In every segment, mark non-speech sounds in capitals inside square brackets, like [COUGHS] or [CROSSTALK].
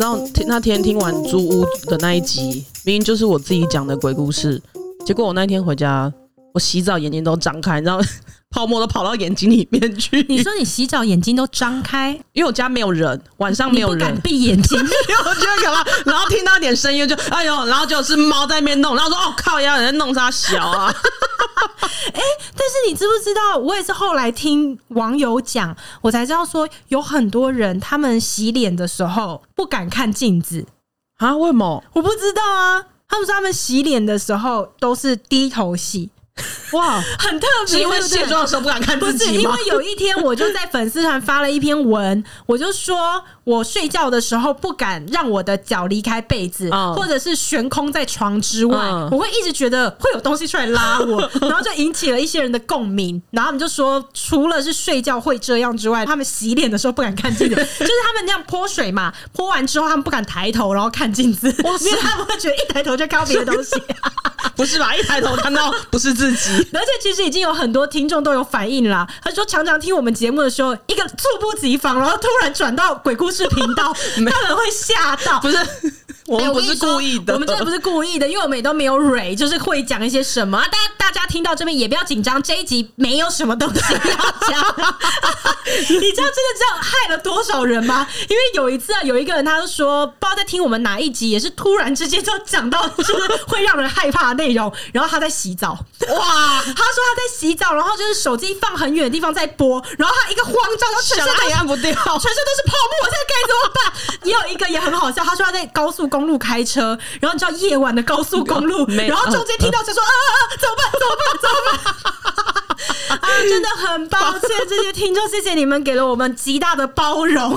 然后听那天听完租屋的那一集，明明就是我自己讲的鬼故事，结果我那天回家，我洗澡眼睛都张开，然后 [LAUGHS] 泡沫都跑到眼睛里面去，你说你洗澡眼睛都张开，因为我家没有人，晚上没有你不敢人。闭眼睛， [LAUGHS] 因为 [LAUGHS] 我觉得可怕，然后听到一点声音就哎呦，然后就是猫在那边弄，然后说哦靠呀，人家弄啥小啊，但是你知不知道？我也是后来听网友讲，我才知道说有很多人他们洗脸的时候不敢看镜子， [LAUGHS] 啊为什么？我不知道啊。他们说他们洗脸的时候都是低头洗，哇，很特别，是因为对不对卸妆的时候不敢看不自是己因吗为？有一天我就在粉丝团发了一篇文， [LAUGHS] 我就说我睡觉的时候不敢让我的脚离开被子，嗯或者是悬空在床之外，嗯我会一直觉得会有东西出来拉 [LAUGHS] 我，然后就引起了一些人的共鸣，然后他们就说，除了是睡觉会这样之外，他们洗脸的时候不敢看 [LAUGHS] 镜子，就是他们那样泼水嘛，泼完之后他们不敢抬头，然后看镜子，哇塞因为他们会觉得一抬头就看到别的东 [LAUGHS] 西。不是吧？一抬头看到不是自己，而且其实已经有很多听众都有反应啦，他说常常听我们节目的时候，一个猝不及防，然后突然转到鬼故事频 [LAUGHS] 道，他们会吓到。不是 [LAUGHS] 我哎们不跟是你说故意的，我们真的不是故意的，因为我们也都没有蕊，就是会讲一些什么。啊、大家大家听到这边也不要紧张，这一集没有什么东西要讲。 [LAUGHS] 你知道真的知道害了多少人吗？因为有一次啊，有一个人他就说，不知道在听我们哪一集，也是突然之间就讲到就是会让人害怕的内容，然后他在洗澡。 [LAUGHS] 哇，他说他在洗澡，然后就是手机放很远的地方在播，然后他一个慌张，然后全想身都按也按不掉。全身都是泡沫，我现在该怎么办？也有一个也很好笑，他说他在高速公路开车，然后你知道夜晚的高速公路， [LAUGHS] 没哦然后中间听到他说啊啊啊，怎么办？怎么办？怎么办？啊，真的很抱歉，这些听众，谢谢你们给了我们极大的包容。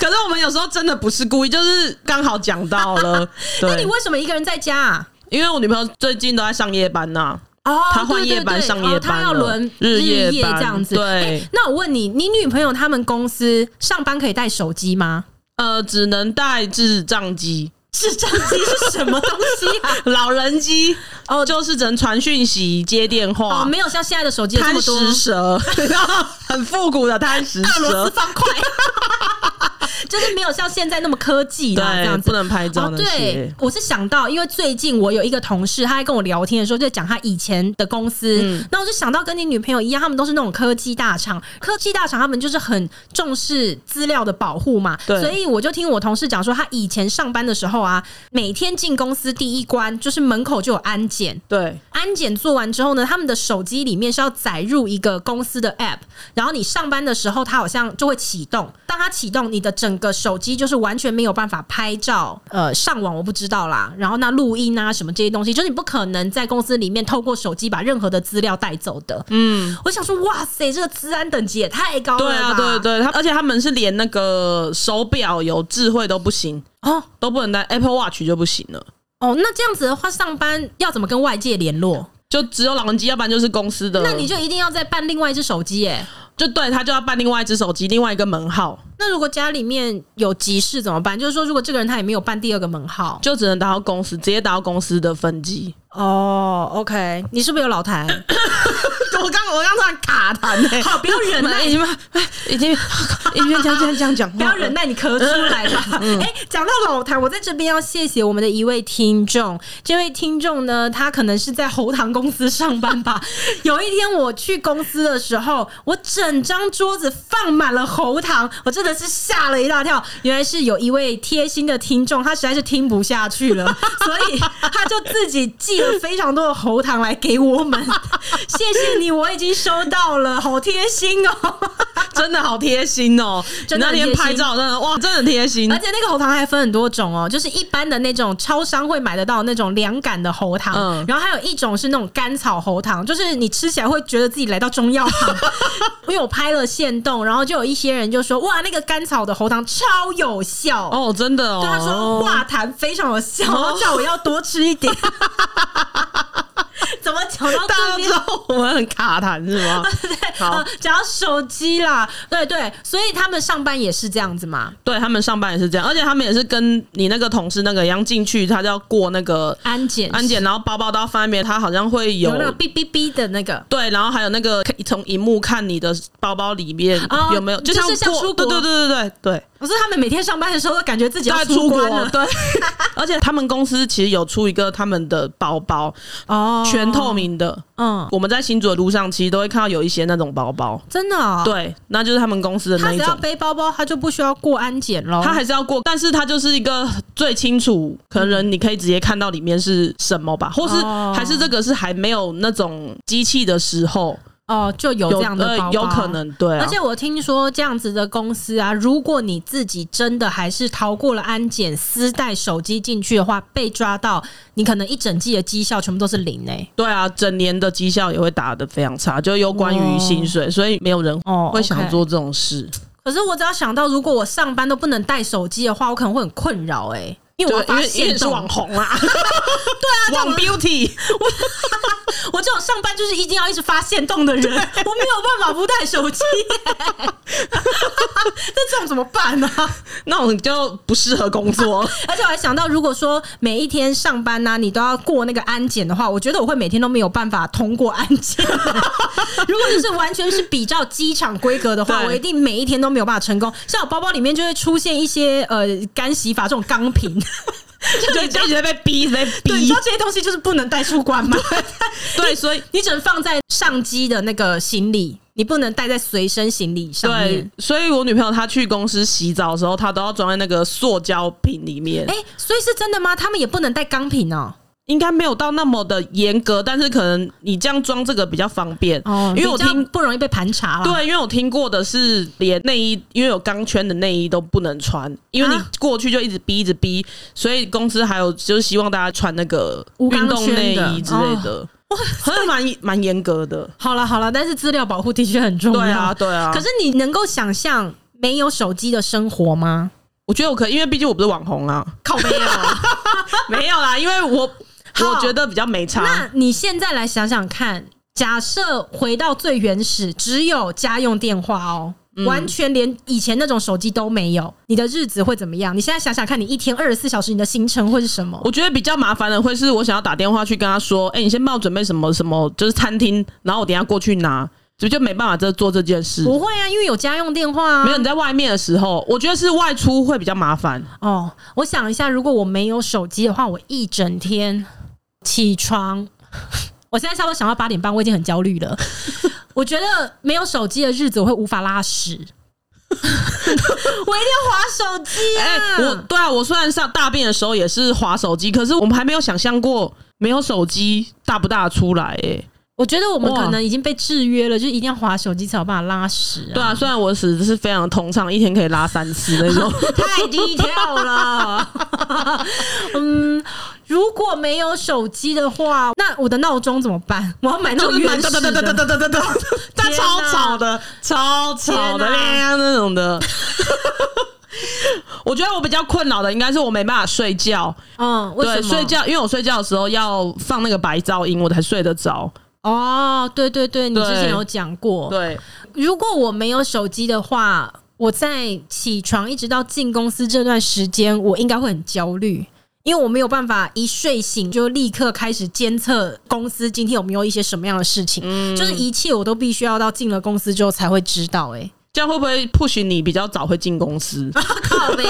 可是我们有时候真的不是故意，就是刚好讲到 [LAUGHS] 了。那 [LAUGHS] 你对，为什么一个人在家啊？因为我女朋友最近都在上夜班呐、哦，她换对对夜班对上哦夜她班要了轮日夜夜班这样子。对哎那我问你，你女朋友他们公司上班可以带手机吗？呃，只能带智障 [LAUGHS] 机、智障机是什么东西啊？老人机，哦就是只能传讯息、接电 [LAUGHS] 哦，话、没有像现在的手机有这贪么多食 [LAUGHS] 蛇，然后很复古的贪食俄罗斯蛇，[LAUGHS] 方块，就是没有像现在那么科技啦，这对，样子不。能拍照哦，那对些。，我是想到，因为最近我有一个同事，他在跟我聊天的时候，就在讲他以前的公司，那我就想到跟你女朋友一样，他们都是那种科技大厂，科技大厂他们就是很重视资料的保护嘛，对所以我就听我同事讲说，他以前上班的时候啊，每天进公司第一关就是门口就有安检，对安检做完之后呢，他们的手机里面是要载入一个公司的 app，然后你上班的时候，它好像就会启动。当它启动，你的整个手机就是完全没有办法拍照、呃上网，我不知道啦。然后那录音啊什么这些东西，就是你不可能在公司里面透过手机把任何的资料带走的。嗯，我想说，哇塞，这个治安等级也太高了对哦吧啊，对对，他而且他们是连那个手表有智慧都不行，哦都不能带 Apple Watch 就不行了。哦，那这样子的话，上班要怎么跟外界联络？就只有老人机，要不然就是公司的。那你就一定要再办另外一只手机耶、就对他就要办另外一只手机，另外一个门号，那如果家里面有急事怎么办？就是说，如果这个人他也没有办第二个门号，就只能打到公司，直接打到公司的分机。哦，OK，你是不是有老 [LAUGHS] 痰？我刚我刚突然卡痰呢，好，不要 [LAUGHS] [LAUGHS] 忍耐已，经已 [LAUGHS] 经已经这样这样这样讲，不要忍。耐，你咳出来吧。 [LAUGHS] 哎、讲到老痰，我在这边要谢谢我们的一位听众。这位听众呢，他可能是在喉糖公司上班吧。有一天我去公司的时候，我整张桌子放满了喉糖，我真的是吓了一大跳。原来是有一位贴心的听众，他实在是听不下去了，所以他就自己寄了非常多的喉糖来给我们。谢谢你，我已经收到了，好贴心哦。真的好贴心哎哦！真的你那天很贴心拍照真的哇，真的很贴心而。且那个喉糖还分很多种哦，就是一般的那种超商会买得到那种凉感的喉糖，嗯然后还有一种是那种甘草喉糖，就是你吃起来会觉得自己来到中药行。 [LAUGHS] 因为我拍了现动，然后就有一些人就说哇，那个甘草的喉糖超有效。哦，真的哦。对他 [LAUGHS] 说化痰非常有效，然后叫我要多吃一点。 [LAUGHS] 怎么讲到大家这都边知？道我们很卡痰是吗？好呃，讲到手机啦，对对，所以他们上班也是这样子嘛， [LAUGHS] 对他们上班也是这样，而且他们也是跟你那个同事那个一样进去，他就要过那个安检安检，然后包包都要放在那边，他好像会有那个哔哔哔的那个。对，然后还有那个可以从荧幕看你的包包里面哦有没有，就是像像过出国对对对对对对，我说他们每天上班的时候都感觉自己都要在出关国，了，对， [LAUGHS] 而且他们公司其实有出一个他们的包包，哦全透，明的。嗯，我们在新竹的路上，其实都会看到有一些那种包包，真的、哦，，对，那就是他们公司的他那一只要种。背包包，他就不需要过安检喽，他还是要过，但是他就是一个最清楚，可能你可以直接看到里面是什么吧，或是哦还是这个是还没有那种机器的时候，哦就有这样的包包、呃有可。能对、啊，而且我听说这样子的公司啊，如果你自己真的还是逃过了安检，私带手机进去的话，被抓到，你可能一整季的绩效全部都是零欸诶、对啊，整年的绩效也会打得非常差，就有关于薪水，所以没有人哦会想 OK 做这种事。可是我只要想到，如果我上班都不能带手机的话，我可能会很困扰哎、因为我对，因会发为因为现你是网，红啊， [LAUGHS] 对啊，网 beauty， [LAUGHS] 我这种上班就是一定要一直发现动的人，我没有办法不带手机、欸， [LAUGHS] 那这种怎么办啊呢、那种就不适合工 [LAUGHS] 作。而且我还想到，如果说每一天上班呢、你都要过那个安检的话，我觉得我会每天都没有办法通过安 [LAUGHS] 检。如果就是完全是比照机场规格的话，对我一定每一天都没有办法成功。像我包包里面就会出现一些呃干洗法这种钢瓶。就一直在被逼，一直被对，你逼知道，这些东西就是不能带出关吗？对，所以你只能放在上机的那个行李，你不能带在随身行李上对面。，所以我女朋友她去公司洗澡的时候，她都要装在那个塑胶瓶里面。哎、所以是真的吗？他们也不能带钢瓶哦。应该没有到那么的严格，但是可能你这样装这个比较方便。哦，因为我比较听不容易被盘查啦。对，因为我听过的是连内衣，因为有钢圈的内衣都不能穿，因为你啊过去就一直逼一直逼，所以公司还有就是希望大家穿那个无运钢动圈的内衣之类的，好像哦 [LAUGHS] 蛮蛮严格的。好了好了，但是资料保护的确很重要。对啊，对啊。可是你能够想象没有手机的生活吗？我觉得我可以，因为毕竟我不是网红啊，靠没有。 [LAUGHS] 没有啦，因为我 [LAUGHS] 好我觉得比较没差。那你现在来想想看，假设回到最原始，只有家用电话哦。嗯完全连以前那种手机都没有，你的日子会怎么样？你现在想想看，你一天二十四小时，你的行程会是什么？我觉得比较麻烦的会是，我想要打电话去跟他说，哎、你先帮我准备什么什么，就是餐厅，然后我等一下过去拿，所以就没办法这做这件事。不会啊，因为有家用电话啊。没有你在外面的时候，我觉得是外出会比较麻烦。哦，我想一下，如果我没有手机的话，我一整天起床， [LAUGHS] 我现在差不多想到八点半，我已经很焦 [LAUGHS] 虑了。我觉得没有手机的日子，我会无法 [LAUGHS] 拉屎。 [LAUGHS] 我一定要划手机哎、啊！我对啊，我虽然上大便的时候也是划手机，可是我们还没有想象过没有手机大不大得出来、哎，我觉得我们哇可能已经被制约了，就一定要划手机才有办法拉屎、对啊，虽然我死的是非常通畅，一天可以拉三次那种。太低调了。 [LAUGHS] 嗯，如果没有手机的话，那我的闹钟怎么办？我要买那就种是蛮原哒始哒哒哒的。哒哒哒哒，但超吵的，超吵的那种的。我觉得我比较困扰的应该是我没办法睡觉，嗯，为什对，么睡觉，因为我睡觉的时候要放那个白噪音，我才睡得着。哦，对对对，你之对前有讲过。对，如果我没有手机的话，我在起床一直到进公司这段时间，我应该会很焦虑。因为我没有办法一睡醒就立刻开始监测公司今天有没有一些什么样的事情，就是一切我都必须要到进了公司之后才会知道、欸。这样会不会 push 你比较早会进公司？ [LAUGHS] 哎， [LAUGHS] 靠呗、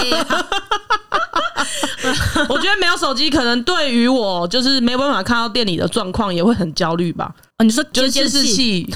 我觉得没有手机，可能对于我就是没有办法看到店里的状况，也会很焦虑吧。哦！你说就是监监视视器？器，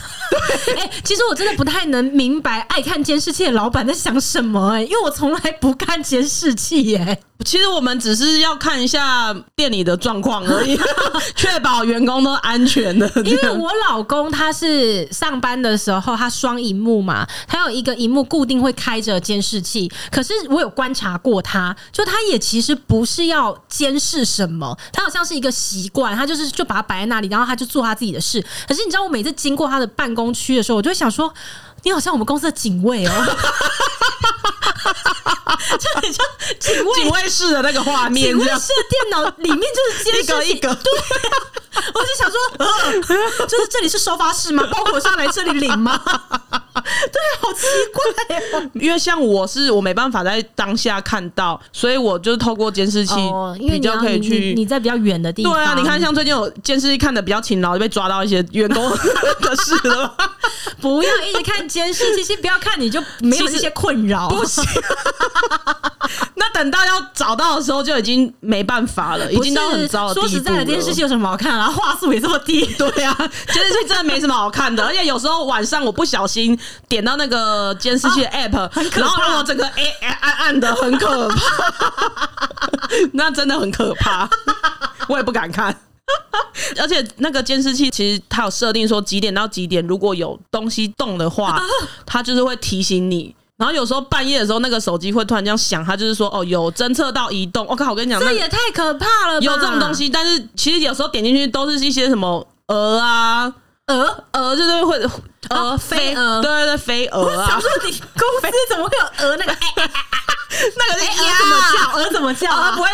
哎、其实我真的不太能明白爱看监视器的老板在想什么、欸，因为我从来不看监视器、哎耶。其实我们只是要看一下店里的状况而已， [LAUGHS] 确保员工都安全的。因为我老公他是上班的时候，他双荧幕嘛，他有一个荧幕固定会开着监视器。可是我有观察过他，就他也其实不是要监视什么，他好像是一个习惯，他就是就把它摆在那里，然后他就做他自己的事。可是你知道，我每次经过他的办公区的时候，我就会想说，你好像我们公司的警卫哦。 [LAUGHS] 就很像警卫警卫室的那个画面警卫这样。室的电脑里面就是监视器，一格一格对啊、我就 [LAUGHS] 想说，呃，就是这里是收发室吗？包裹是要来这里领吗？对啊，好奇怪哦。因为像我是我没办法在当下看到，所以我就是透过监视器哦，因为比你较要可以你你去。你在比较远的地对方，啊，你看像最近有监视器看的比较勤劳，就被抓到一些员 [LAUGHS] 工的事了吧。不要一直看监视器，先不要看，你就没有其实这些困扰。不行， [LAUGHS] 那等到要找到的时候就已经没办法了，已不经到很是糟的地步说了。实在的，电视剧有什么好看啊？话术也这么低，对啊，监视器真的没什么好看的，而且有时候晚上我不小心点到那个监视器的 app，、哦可怕然后让我整个哎哎暗暗的，很可怕， [LAUGHS] 那真的很可怕，我也不敢看。而且那个监视器其实它有设定说几点到几点，如果有东西动的话，它就是会提醒你。然后有时候半夜的时候，那个手机会突然这样响，它就是说哦有侦测到移动。我、哦靠，我跟你讲， [LAUGHS] 那这个也太可怕了吧。有这种东西，但是其实有时候点进去都是一些什么鹅啊，鹅，鹅就是会哦鹅飞蛾对对对，飞我鹅想啊说，你公 [LAUGHS] 司怎么会有鹅那个？哎，那个是鹅怎么叫？鹅怎么叫鹅啊？不会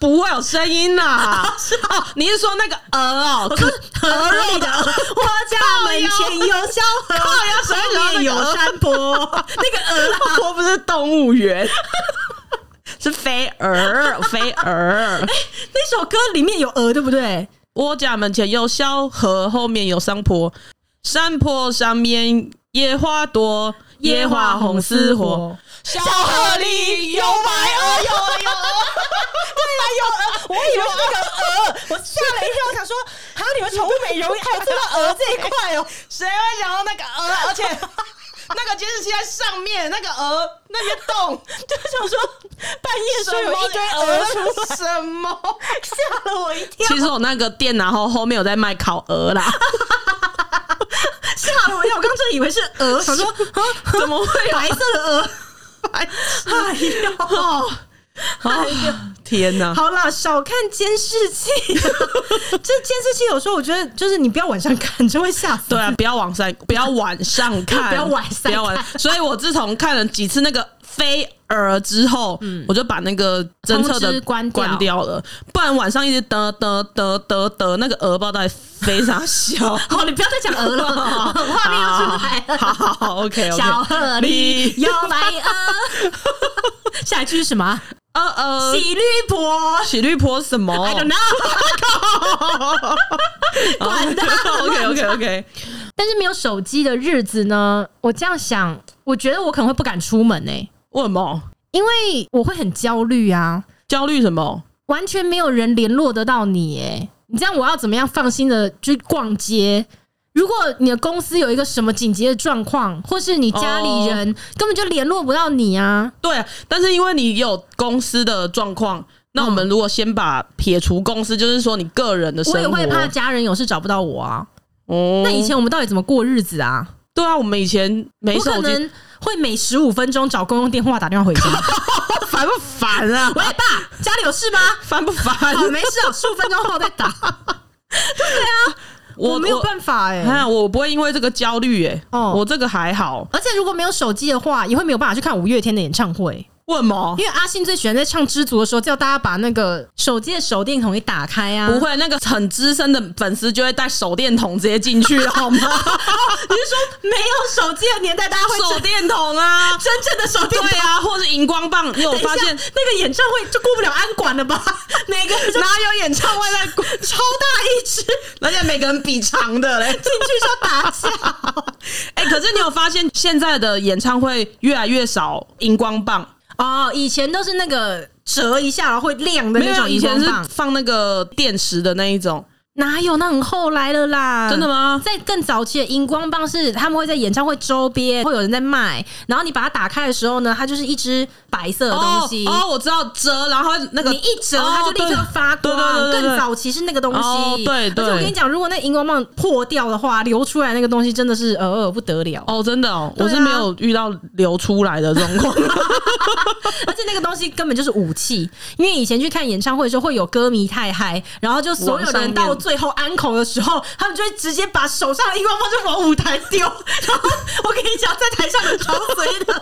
不会有声音呐？哦，你是说那个鹅哦？我说鹅肉的鹅，我家门前有 [LAUGHS] 小河，靠腰谁会想到那个鹅后面有 [LAUGHS] 山坡，那个鹅啦。我不是动物 [LAUGHS] 园，是飞蛾，飞蛾。那首歌里面有鹅，对不对？我家门前有小河，后面有山坡，山坡上面野花多，野花红似火。，小河里有白鹅，有鹅， [LAUGHS] 有鹅。 [LAUGHS] 我以为是那个鹅，我吓了一跳，我想说，啊，你们宠物美容还有做到鹅这一块哦， [LAUGHS] 谁会想到那个 [LAUGHS] 鹅？而且那个监视器在上面，那个鹅那边动， [LAUGHS] 就想说半夜说有一堆鹅出来，什么 [LAUGHS] 吓了我一跳。其实我那个店，然后后面有在卖烤鹅 [LAUGHS] 啦，吓了我一跳！我刚真的以为是鹅， [LAUGHS] 想说啊，怎么会有白色的鹅。白痴？ [LAUGHS] 哎呦，哦，哦天哪！好啦，少看监视 [LAUGHS] 器。这监视器有时候我觉得就是你不要晚上看，就会吓死。对 [LAUGHS] 啊，不要往上，不要晚上看，不要晚不上看要晚。所以我自从看了几次那个飞蛾之后，我就把那个侦测嗯通的知关掉关掉了，不然晚上一直得得得得得，那个鹅不知道在飞啥 [LAUGHS] 笑。哦好，你不要再讲鹅了， [LAUGHS] 画面又出来了。好好好，OK OK。小河里有白鹅。 [LAUGHS] 下一句是什么啊？呃呃，喜绿婆。喜绿婆什么 [LAUGHS] I don't know，[LAUGHS] 管他 OK OK OK，但是没有手机的日子呢，我这样想，我觉得我可能会不敢出门呢、为什么？因为我会很焦虑啊。焦虑什么？完全没有人联络得到你哎，你这样我要怎么样放心的去逛街？如果你的公司有一个什么紧急的状况，或是你家里人根本就联络不到你啊，对，但是因为你有公司的状况，那我们如果先把撇除公司，就是说你个人的生我活，也会怕家人有事找不到我啊。哦那以前我们到底怎么过日子啊？对啊，我们以前没我手可机，能会每十五分钟找公用电话打电 [LAUGHS] 话回家。烦不烦啊？喂，爸，家里有事吗？烦不烦？好，没事哦，十五分钟后再打。我我没有办法哎、我啊，我不会因为这个焦虑哎、哦我这个还好。而且如果没有手机的话，也会没有办法去看五月天的演唱会。为什么？因为阿信最喜欢在唱《知足》的时候，叫大家把那个手机的手电筒一打开啊。不会，那个很资深的粉丝就会带手电筒直接进去，好吗？你是说没有手机的年代，大 [LAUGHS] 家会手电筒啊，真正的手对电筒？啊，或是荧光棒，因为我等一下发现那个演唱会就过不了安管了吧？哪个哪有演唱会在过超大一只进而且每个人比长的嘞。去就打架？ [LAUGHS] 哎、可是你有发现现在的演唱会越来越少荧光棒？ [LAUGHS] 哦，以前都是那个折一下然后会亮的没那有，种以荧前光是棒，放那个电池的那一种，哪有？那很后来了啦，真的？吗？在更早期的荧光棒是他们会在演唱会周边会有人在卖，然后你把它打开的时候呢，它就是一只白色的东西。哦哦，我知道折，然后那个你一折，哦它就立对刻发光。对对对对更对，早期是那个东西，哦对对而且我跟你讲，如果那荧光棒破掉的话，流出来那个东西真的是呃呃不 [LAUGHS] 得了，哦，真的哦，对啊我是没有遇到流出来的状况。而且那个东西根本就是武器。因为以前去看演唱会的时候，会有歌迷太嗨，然后就所往有上人面到最后安口的时候，他们就会直接把手上的荧光棒就往舞台丢。 [LAUGHS] 然后我跟你讲，在台上很潮随的，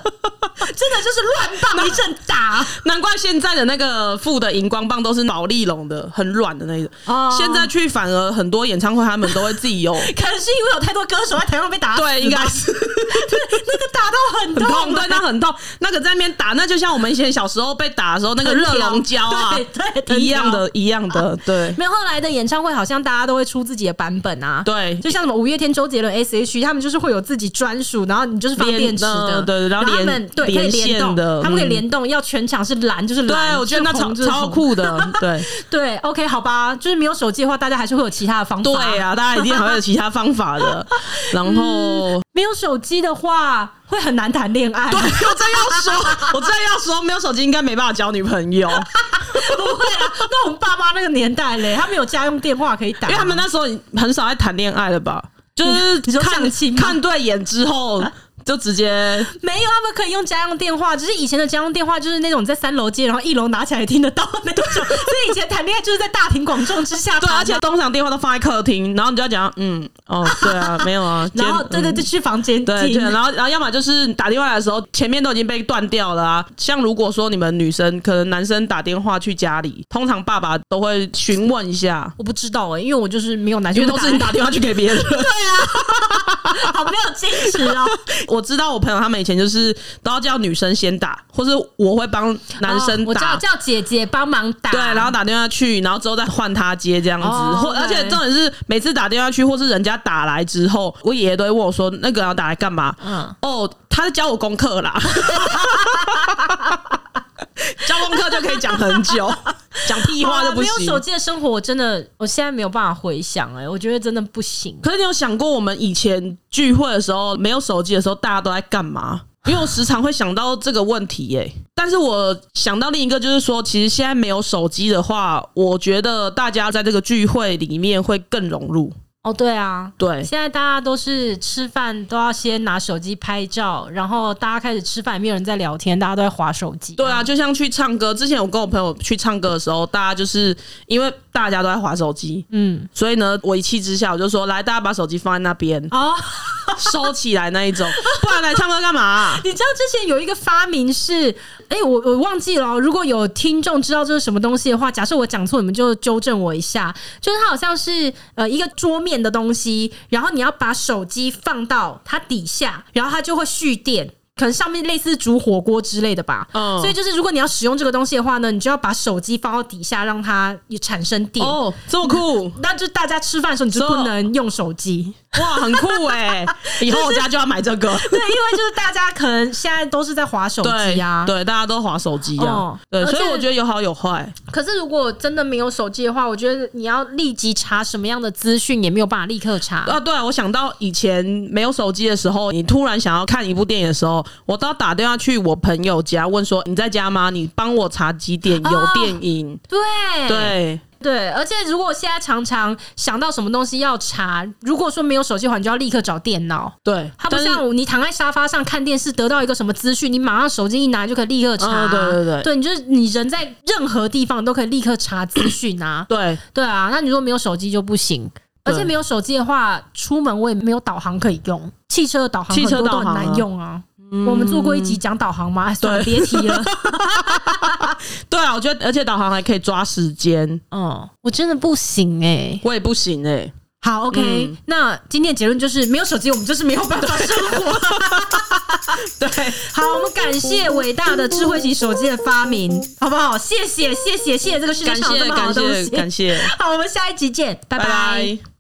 真的就是乱 [LAUGHS] 棒一阵打。 [LAUGHS] 难怪现在的那个副的荧光棒都是保利龙的，很软的那一种。哦现在去反而很多演唱会他 [LAUGHS] 们都会自己有， [LAUGHS] 可能是因为有太多歌手在台上被打死吧，对，应该是。那个打到很很很痛，痛啊对，那很痛。那个在那边打，那就像我们以前小时候被打的时候，那个热熔胶啊， [LAUGHS] 对对藤条一样的，一样的，对没有后来的演唱会，好像大家都会出自己的版本啊。，对，就像什么五月天、周杰伦、S.H.E，他们就是会有自己专属，然后你就是放连电池的，呃对然后他连们对可以连线联动的他们可以嗯联动，要全场是蓝就是对蓝，，我觉得那是超红就是超红。酷的，对对，OK，好吧，就是没有手机的话，大家还是会有其他的方法。对啊，大家一定还会有其他方法 [LAUGHS] 的。然后没有手机的话，会很难谈恋爱。我真要说，我真要说，没有手机应该没办法交女朋 [LAUGHS] 友， [LAUGHS] 不会啊，那我们爸妈那个年代嘞，他们有家用电话可以打，因为他们那时候很少在谈恋爱了吧？就是你说看相亲吗啊看对眼之后，就直接没有，他们可以用家用电话，只是以前的家用电话就是那种你在三楼接，然后一楼拿起来也听得到那种。所以以前谈恋爱就是在大庭广众之下，对，啊而且。通常电话都放在客厅，然后你就要讲，嗯，哦，对啊，没有啊，今 [LAUGHS] 然天后，对对嗯对，去房间对对，听，然后然后要么就是打电话的时候，前面都已经被断掉了啊。像如果说你们女生，可能男生打电话去家里，通常爸爸都会询问一下，我不知道哎、因为我就是没有男因生为都是你 [LAUGHS] 打电话去给别人。好没有矜持哦。我知道我朋友他们以前就是都要叫女生先打，或是我会帮男生哦我打。叫叫姐姐帮忙打，对，然后打电话去，然后之后再换他接这样子，哦或 OK 而且重点是每次打电话去，或是人家打来之后，我爷爷都会问我说：“那个要打来干嘛？”嗯，哦，他在教我功课 [LAUGHS] 啦，教功课就可以讲很久， [LAUGHS] 讲屁话就不好啦没行。有手机的生活，我真的我现在没有办法回想哎、我觉得真的不行。可是你有想过，我们以前聚会的时候没有手机的时候，大家都在干嘛？因为我时常会想到这个问题耶、但是我想到另一个，就是说，其实现在没有手机的话，我觉得大家在这个聚会里面会更融入。哦，对啊，对，现在大家都是吃饭都要先拿手机拍照，然后大家开始吃饭，没有人在聊天，大家都在划手机。对啊，就像去唱歌，之前我跟我朋友去唱歌的时候，大家就是因为大家都在划手机，嗯，所以呢，我一气之下我就说，来，大家把手机放在那 [LAUGHS] 边哦，收起来那一种，不然来唱歌干嘛、 [LAUGHS] 你知道之前有一个发明是，哎、我我忘记了哦、如果有听众知道这是什么东西的话，假设我讲错，你们就纠正我一下。就是它好像是呃一个桌面的东西，然后你要把手机放到它底下，然后它就会蓄电。可能上面类似煮火锅之类的吧，嗯所以就是如果你要使用这个东西的话呢，你就要把手机放到底下，让它也产生电。哦，这么酷，那就大家吃饭的时候，你就不能用手机。哇，很酷哎、以后我家就要买这个。 [LAUGHS] 对，因为就是大家可能现在都是在划手对机啊，对，大家都划手机啊，哦对，而且所以我觉得有好有坏。可是如果真的没有手机的话，我觉得你要立即查什么样的资讯，也没有办法立刻查。啊，对啊，我想到以前没有手机的时候，你突然想要看一部电影的时候，我都要打电话去我朋友家问说你在家吗？你帮我查几点有哦电影？对对，对而且如果现在常常想到什么东西要查，如果说没有手机的话，你就要立刻找电脑。对，它不但是像你躺在沙发上看电视，得到一个什么资讯，你马上手机一拿就可以立刻查。嗯对对对。对你就是你人在任何地方都可以立刻查资讯啊 [COUGHS] 对对啊，那你如果没有手机就不行。而对且没有手机的话，出门我也没有导航可以用，汽车的导航汽很车多导都航很啊难用啊。我们做过一集讲导航嘛，哎算了，对别提 [LAUGHS] 了。对啊，我觉得而且导航还可以抓时间，哦，我真的不行哎、我也不行哎、好，OK，、嗯那今天的结论就是没有手机，我们就是没有办法生活。对， [LAUGHS] 好，我们感谢伟大的智慧型手机的发明，好不好？谢谢，谢谢，谢谢这个世界感上有谢这么好感的东谢西。感谢， [LAUGHS] 好，我们下一集见，拜拜拜拜